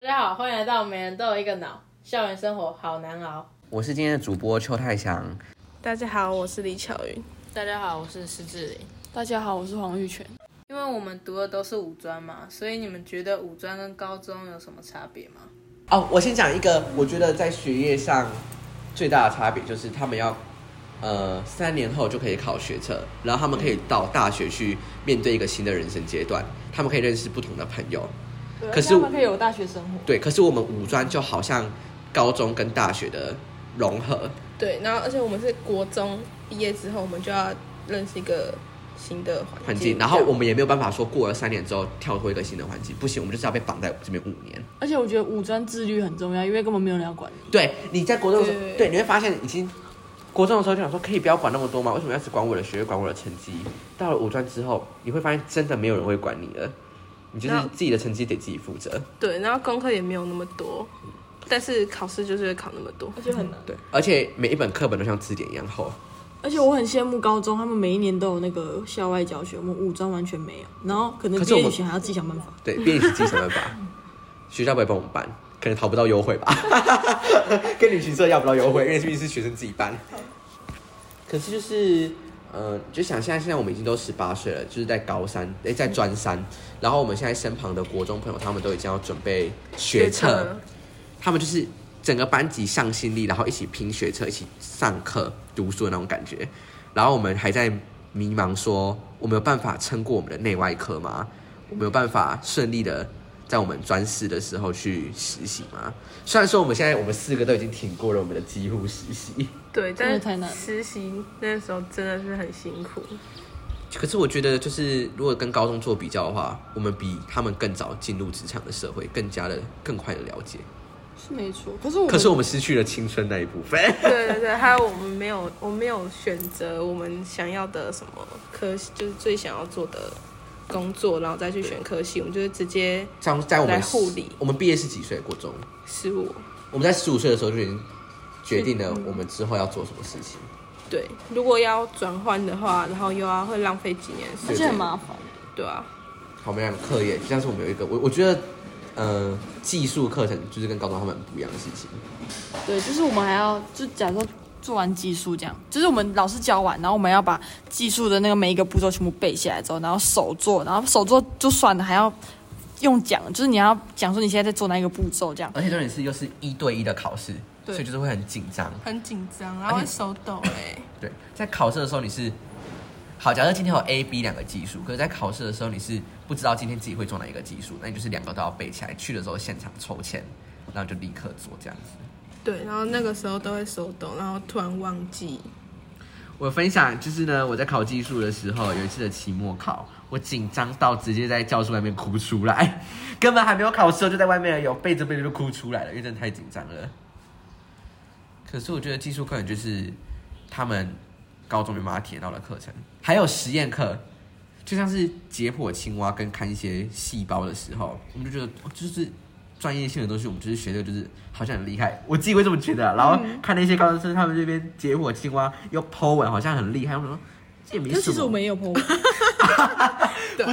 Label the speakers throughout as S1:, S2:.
S1: 大家好，欢迎来到每人都有一个脑，校园生活好难熬。
S2: 我是今天的主播邱泰祥。
S3: 大家好，我是李巧云。
S1: 大家好，我是施志玲。
S4: 大家好，我是黄玉泉。
S1: 因为我们读的都是五专嘛，所以你们觉得五专跟高中有什么差别吗？
S2: 哦，我先讲一个，我觉得在学业上最大的差别就是他们要，呃，三年后就可以考学测，然后他们可以到大学去面对一个新的人生阶段，他们可以认识不同的朋友。可是
S4: 我们可以有大学生活。
S2: 对，可是我们五专就好像高中跟大学的融合，
S3: 对，然后而且我们是国中毕业之后，我们就要认识一个新的
S2: 环
S3: 环境
S2: 境，，然后我们也没有办法说过了三年之后跳脱一个新的环境，不行，我们就是要被绑在这边五年。
S4: 而且我觉得五专自律很重要，因为根本没有人要管你。
S2: 对，你在国中的时候，
S3: 对
S2: 对，你会发现已经国中的时候就想说，可以不要管那么多吗？为什么要只管我的学业，管我的成绩？到了五专之后，你会发现真的没有人会管你了，你就是
S3: 那
S2: 自己的成绩得自己负责。
S3: 对，然后功课也没有那么多，但是考试就是会考那么多。嗯
S4: 而且很难。
S2: 对，而且每一本课本都像字典一样厚。
S4: 而且我很羡慕高中，他们每一年都有那个校外教学，我们五专完全没有。然后可能
S2: 可
S4: 毕
S2: 是我
S4: 业
S2: 们
S4: 旅行还要自己想办法。
S2: 对，毕竟是自己想办法，学校不会帮我们办，可能讨不到优惠吧， 跟旅行社要不到优惠，因为毕竟是学生自己办。可是就是，呃，就想现在现在我们已经都十八岁了，就是在高三，哎、在专三，然后我们现在身旁的国中朋友，他们都已经要准备学测，他们就是整个班级上心力，然后一起拼学测，一起上课读书的那种感觉。然后我们还在迷茫说，我们有办法撑过我们的内外科吗？我们有办法顺利的在我们专四的时候去实习吗？虽然说我们现在我们四个都已经挺过了我们的几乎实习，
S3: 对，
S4: 真的
S3: 但
S4: 太难
S3: 是实
S4: 了
S3: 习那时候真的是很辛苦。
S2: 可是我觉得就是如果跟高中做比较的话，我们比他们更早进入职场的社会，更加的更快的了解。
S4: 是没错，可是我们
S2: 可是我们失去了青春那一部分。
S3: 对对对，还有我们没有，我没有选择我们想要的什么科系，就是最想要做的工作，然后再去选科系，我们就是直接
S2: 像在我们
S3: 来护理
S2: 我们毕业是几岁？国中，
S3: 失误。
S2: 我们在十五岁的时候就已经决定了我们之后要做什么事情。
S3: 对，如果要转换的话，然后又要会浪费几年的时
S4: 而
S3: 间，
S4: 且很麻烦。
S3: 对啊，
S2: 好，我们讲课业，像是我们有一个，我我觉得，呃，技术课程就是跟高中他们很不一样的事情。
S4: 对，就是我们还要就假如说做完技术这样，就是我们老师教完，然后我们要把技术的那个每一个步骤全部背下来之后，然后手做，然后手做就算了，还要用讲，就是你要讲说你现在在做哪一个步骤这样。
S2: 而且重点是又是一对一的考试，
S3: 对
S2: 所以就是会很紧张。
S3: 很紧张，然后
S2: 而
S3: 会
S2: 且
S3: 手抖哎、
S2: 对，在考试的时候你是，好，假设今天有 A、B 两个技术，可是在考试的时候你是不知道今天自己会做哪一个技术，那你就是两个都要背起来，去的时候现场抽签，然后就立刻做这样子。
S3: 对，然后那个时候都会手抖，然后突然忘记，
S2: 我分享就是呢，我在考技术的时候，有一次的期末考，我紧张到直接在教室外面哭出来，根本还没有考试就在外面有背着背着就哭出来了，因为真的太紧张了。可是我觉得技术课程就是他们高中没办法体验到的课程，还有实验课，就像是解剖青蛙跟看一些细胞的时候，我们就觉得哦就是专业性的东西，我们就是学的，就是好像很厉害，我自己会这么觉得啊。然后看那些高中生他们这边解剖青蛙又 Po 文，好像很厉害，我说这 也没什么。
S4: 也有朋友，
S2: 不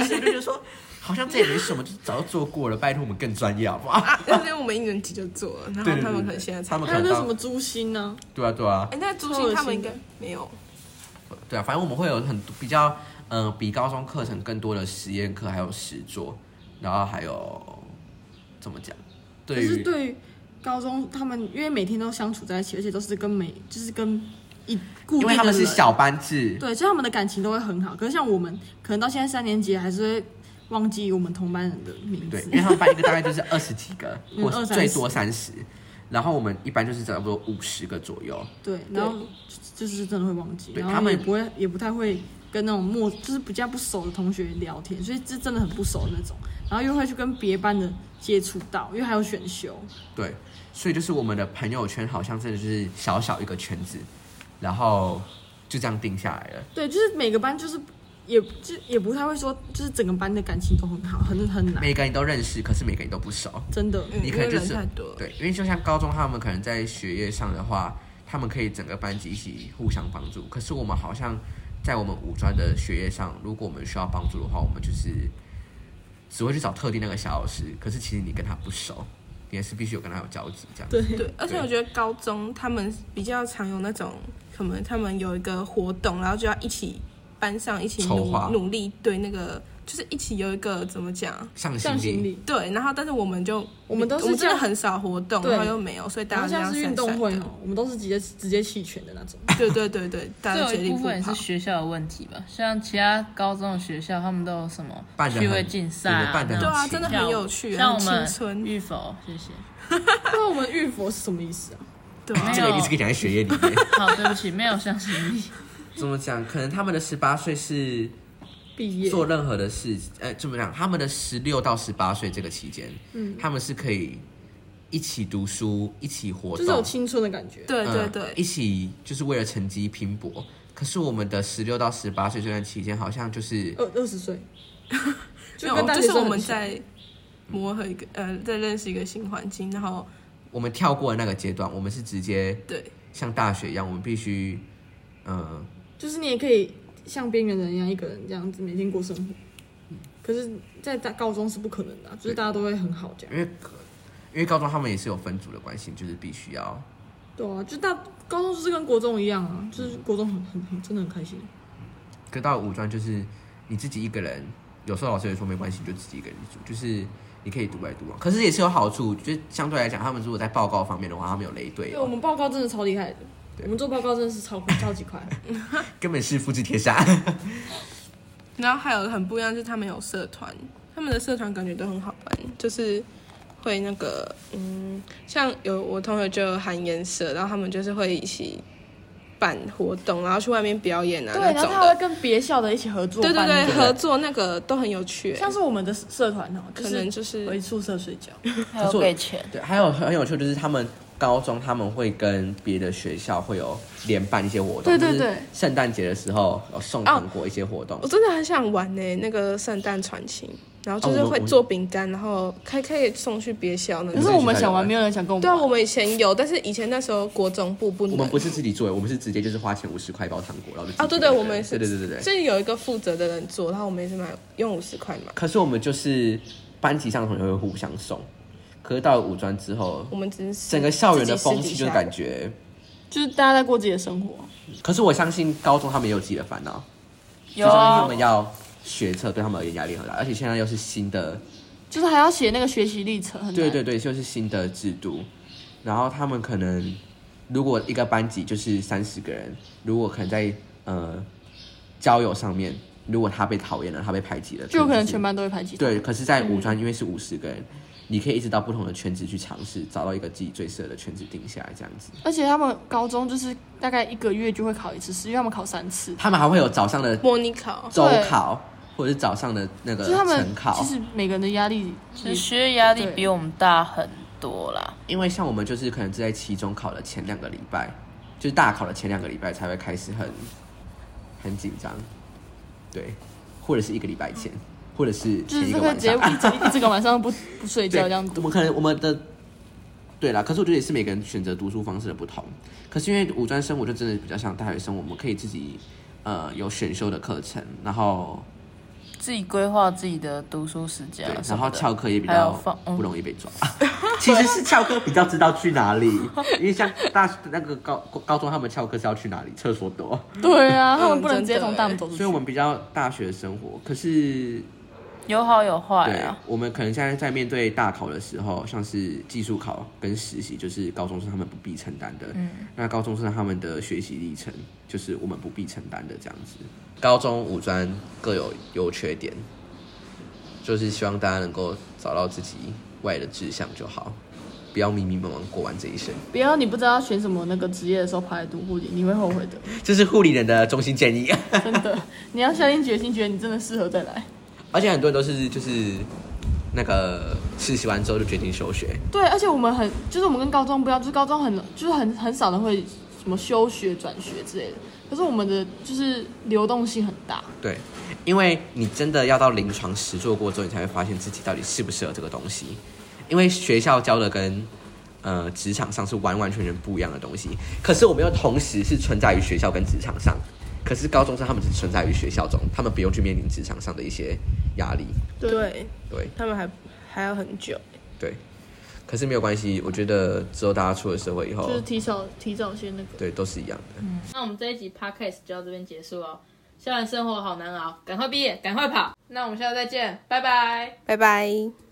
S2: 是，就觉得说好像这也没什么，就是早就做过了，拜托我们更专业好不好？
S3: 但是我们一年级就做了，然后
S2: 对对对
S3: 他们可
S2: 对
S3: 能现在才
S2: 他们
S4: 还有
S2: 可
S4: 那
S2: 能
S4: 什
S2: 到
S4: 么诛心呢、
S2: 对啊对啊
S3: 哎、那朱
S4: 超
S3: 星
S4: 恶心
S3: 他们应该
S4: 的
S3: 没有，
S2: 对啊，反正我们会有很多比较嗯、呃比高中课程更多的实验课，还有实作，然后还有怎么讲？
S4: 可
S2: 对
S4: 是
S2: 于
S4: 对于高中他们，因为每天都相处在一起，而且都是跟每就是跟一固定的人，
S2: 因为他们是小班制，
S4: 对，所以他们的感情都会很好。可是像我们，可能到现在三年级还是会忘记我们同班人的名
S2: 对，
S4: 字
S2: 因。为他们班一个大概就是二十几个，
S4: 嗯
S2: 或
S4: 二
S2: 是
S4: 三十
S2: 最多三十，然后我们一般就是差不多五十个左右。
S4: 对，然后就就是真的会忘记，
S2: 对
S4: 然后
S2: 他们
S4: 也不会也不太会跟那种陌就是比较不熟的同学聊天，所以这真的很不熟的那种。然后又会去跟别班的接触到，因为还有选修，
S2: 对，所以就是我们的朋友圈好像真的就是小小一个圈子，然后就这样定下来了。
S4: 对，就是每个班就是也就也不太会说，就是整个班的感情都很好，很很难，
S2: 每个人都认识，可是每个人都不熟。
S4: 真的。
S3: 嗯
S2: 你
S3: 因
S2: 可
S3: 为
S2: 能就
S3: 人
S2: 是
S3: 太多了。
S2: 对，因为就像高中他们可能在学业上的话，他们可以整个班级一起互相帮助。可是我们好像在我们五专的学业上，如果我们需要帮助的话，我们就是只会去找特定那个小老师。可是其实你跟他不熟，你还是必须有跟他有交集这样。
S4: 对
S3: 对，而且我觉得高中他们比较常有那种，可能他们有一个活动，然后就要一起班上一起
S2: 筹
S3: 努
S2: 划
S3: 努力，对那个就是一起有一个怎么讲？
S2: 上
S4: 像
S2: 心
S4: 行
S2: 力，
S4: 李，
S3: 对，然后但是我们就
S4: 我们都是
S3: 真
S4: 这
S3: 的
S4: 样
S3: 很少活动，
S4: 对
S3: 然后又没有，所以
S4: 然
S3: 大
S4: 后
S3: 家
S4: 像
S3: 这
S4: 是
S3: 样
S4: 运动会
S3: 散散
S4: 哦，我们都是直接直接弃权的那种。
S3: 的，对对对 对，大
S1: 这
S3: 家
S1: 有
S3: 接
S1: 一
S3: 力
S1: 部
S3: 不
S1: 分也
S3: 跑
S1: 是。学校的问题吧，像其他高中的学校，他们都有什么
S2: 办得很
S1: 趣味竞赛
S2: 对办
S1: 啊，
S2: 得很
S3: 对啊，
S2: 情
S3: 真的很有趣，
S1: 像
S3: 很
S1: 我
S3: 青
S1: 们
S3: 春，
S1: 玉否，谢谢。
S4: 那我们玉佛是什么意思啊？
S3: 对啊
S1: 没
S2: 这
S1: 有
S2: 个一直可以讲在学业里面。
S1: 好，对不起，没有向心力。
S2: 怎么讲？可能他们的十八岁是
S4: 毕业
S2: 做任何的事，呃，怎么讲？他们的十六到十八岁这个期间，嗯，他们是可以一起读书，一起活动，
S4: 就是有青春的感觉。
S3: 对对
S2: 嗯一
S3: 对，
S2: 起就是为了成绩拼搏。可是我们的十六到十八岁这段期间，好像就是
S4: 二二十岁，
S3: 没
S4: 就
S3: 有
S4: 跟大
S3: 就
S4: 学
S3: 是
S4: 生
S3: 我
S4: 很
S3: 们
S4: 像
S3: 在磨合一个呃，在认识一个新环境，然后
S2: 我们跳过了那个阶段，我们是直接
S3: 对
S2: 像大学一样，我们必须，嗯，
S4: 就是你也可以像边缘人一样，一个人这样子每天过生活。可是，在大高中是不可能的啊、就是大家都会很好这样。
S2: 因为因为高中他们也是有分组的关系，就是必须要
S4: 对啊，就大高中就是跟国中一样啊，就是国中很很很真的很开心。
S2: 可到五专就是你自己一个人，有时候老师也说没关系，你就自己一个人住，就是你可以独来独往。可是也是有好处，就是相对来讲，他们如果在报告方面的话，他们有雷队
S4: 对，我
S2: 哦，
S4: 们报告真的超厉害的，
S2: 对
S4: 我们做报告真的是超超级快。
S2: 根本是复制贴上。
S3: 然后还有很不一样，就是他们有社团，他们的社团感觉都很好玩，就是会那个嗯，像有我同学就有韩研社，然后他们就是会一起办活动，然后去外面表演啊那种的。
S4: 跟别校的一起合作
S3: 对对
S4: 办
S3: 对，
S4: 那个
S3: 合作那个都很有趣欸，
S4: 像是我们的社团哦、就
S3: 可能
S4: 是
S3: 就是
S4: 回宿舍睡觉。
S1: 还
S2: 可
S1: 有
S2: 是我
S1: 给钱，
S2: 对，还有很有趣，就是他们高中他们会跟别的学校会有联办一些活动，
S4: 对对
S2: 就是
S4: 对
S2: 圣诞节的时候有送糖果一些活动
S3: 哦我，真的很想玩呢、那个圣诞传奇，然后就是
S2: 哦我
S3: 会
S2: 我
S3: 做饼干，然后可以可以送去别校那
S4: 可
S3: 种
S4: 是。我
S2: 我们
S4: 们想
S2: 自己在
S4: 玩，
S2: 玩
S4: 没有人想跟我
S3: 对啊，
S4: 们
S3: 我
S4: 玩。
S3: 们以前有，但是以前那时候国中部不能。
S2: 我们不欸是自己做，我们是直接就是花钱五十块包糖果，然后就自己
S3: 啊，
S2: 做
S3: 对对，
S2: 一个
S3: 我们也是，
S2: 对对对对对。
S3: 是有一个负责的人做，然后我们也是买用五十块买，
S2: 可是我们就是班级上的同学会互相送，可是到了五专之后，
S3: 我们只是
S2: 整个校园的风气就是感
S3: 觉
S2: 觉。
S4: 就是大家在过自己的生活。
S2: 可是我相信高中他们也有自己的烦恼，
S1: 有
S2: 就是因为
S1: 啊
S2: 他们要学测，对他们而言压力很大，而且现在又是新的，
S4: 就是还要写那个学习历程，很难
S2: 对对对，就是新的制度。然后他们可能如果一个班级就是三十个人，如果可能在呃交友上面，如果他被讨厌了，他被排挤了，
S4: 就有可能
S2: 是
S4: 全班都嗯会排挤。，
S2: 对。可是，在五专因为是五十个人，你可以一直到不同的圈子去尝试，找到一个自己最适合的圈子定下来，这样子。
S4: 而且他们高中就是大概一个月就会考一次试，因为他们考三次，
S2: 他们还会有早上的
S3: 模拟考，
S2: 周考，或者是早上的那个
S4: 就是他们
S2: 晨考
S4: 其。实每个人的压力
S1: 其
S4: 也
S1: 实学业压力比我们大很多啦。
S2: 因为像我们就是可能是在期中考的前两个礼拜，就是大考的前两个礼拜才会开始很很紧张，对，或者是一个礼拜前，或者是
S4: 就
S2: 前
S4: 是
S2: 一
S4: 这
S2: 个
S4: 个
S2: 晚
S4: 直接
S2: 上。啊
S4: 一整一整个晚上不不睡觉
S2: 对
S4: 这样，
S2: 我
S4: 读。
S2: 们可能我们的对啦，可是我觉得也是每个人选择读书方式的不同。可是因为五专生活就真的比较像大学生，我们可以自己呃有选修的课程，然后
S1: 自己规划自己的读书时间
S2: 对
S1: 啊，什
S2: 然
S1: 么
S2: 后
S1: 的
S2: 翘课也比
S1: 还
S2: 较
S1: 有放嗯
S2: 不容易被抓。其实是翘课比较知道去哪里，因为像大那个高高中他们翘课是要去哪里，厕所多，
S4: 对啊，他们
S3: 嗯
S4: 不能直接
S3: 真的
S4: 从大门走出
S2: 所以
S4: 去
S2: 我。们比较大学生活。可是
S1: 有好有坏
S2: 对
S1: 啊。，
S2: 我们可能现在在面对大考的时候，像是技术考跟实习，就是高中生他们不必承担的。嗯，那高中生他们的学习历程，就是我们不必承担的这样子。高中五专各有优缺点，就是希望大家能够找到自己未来的志向就好，不要迷迷茫茫过完这一生。
S4: 不啊要你不知道选什么那个职业的时候跑来读护理，你会后悔的，
S2: 这是护理人的中心建议，
S4: 真的。你要下定决心，觉得你真的适合再来。
S2: 而且很多人都是就是那个实习完之后就决定休学。
S4: 对，而且我们很，就是我们跟高中不一样，就是高中很，就是很很少人会什么休学、转学之类的。可是我们的就是流动性很大，
S2: 对，因为你真的要到临床实做过之后，你才会发现自己到底适不适合这个东西。因为学校教的跟呃职场上是完完全全不一样的东西，可是我们又同时是存在于学校跟职场上。可是高中生他们只存在于学校中，他们不用去面临职场上的一些压力。
S3: 对
S2: 对
S3: 他们还还要很久，
S2: 对，可是没有关系，我觉得之后大家出了社会以后，
S5: 就是提早提早些那个。
S2: 对，都是一样的。
S1: 那我们这一集 podcast 就到这边结束哦。校园生活好难熬，赶快毕业，赶快跑。那我们下次再见，拜拜。
S3: 拜拜。